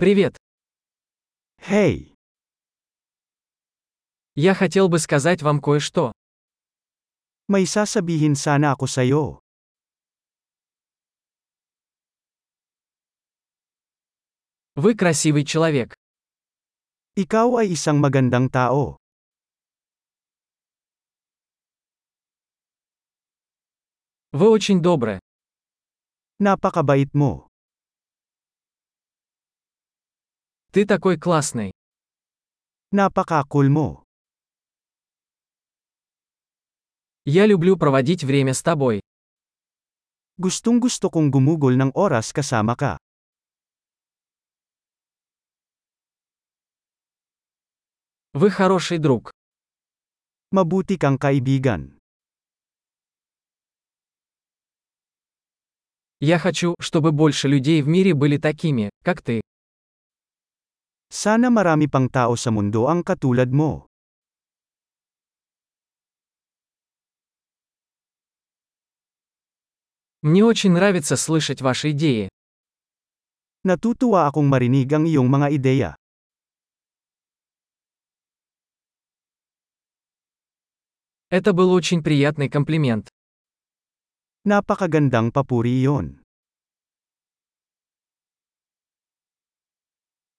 Привет. Hey, Я хотел бы сказать вам кое-что. may sasabihin sana ako sa'yo. Вы красивый человек. Ikaw ay isang magandang tao. Вы очень добры. Napakabait mo. Ты такой классный. Napakakul mo. Я люблю проводить время с тобой. Gustong gusto kong gumugol ng oras kasama ka. Вы хороший друг. Mabuti kang kaibigan. Я хочу, чтобы больше людей в мире были такими, как ты. Sana marami pang tao sa mundo ang katulad mo. Мне очень нравится слышать ваши идеи. Natutuwa akong marinig ang iyong mga ideya. Это был очень приятный комплимент. Napakagandang papuri iyon.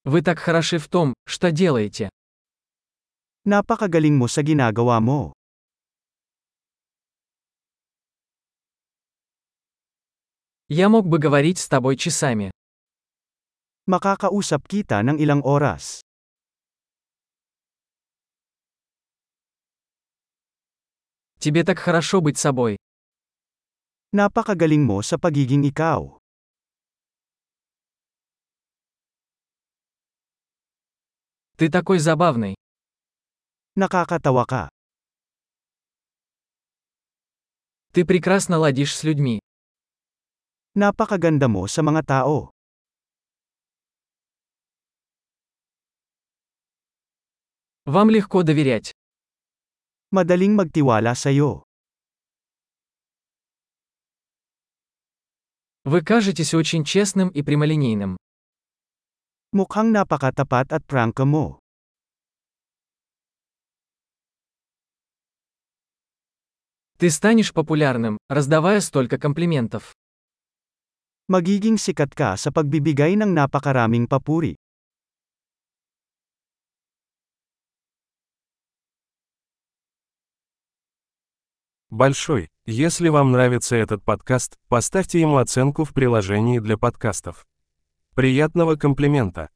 Вы так хороши в том, что делаете. Napakagaling mo sa ginagawa mo. Я мог бы говорить с тобой часами. Makakausap kita ng ilang oras. Тебе так хорошо быть собой. Napakagaling mo sa pagiging ikaw. Ты такой забавный. Nakakatawa ka. Ты прекрасно ладишь с людьми. Napakaganda mo sa mga tao. Вам легко доверять. Madaling magtiwala sa'yo. Вы кажетесь очень честным и прямолинейным. Mukhang napakatapat at prangka mo. Ты станешь популярным, раздавая столько комплиментов. Magiging sikat ka sa pagbibigay ng napakaraming papuri. Большой, если вам нравится этот подкаст, поставьте ему оценку в приложении для подкастов. Приятного комплимента!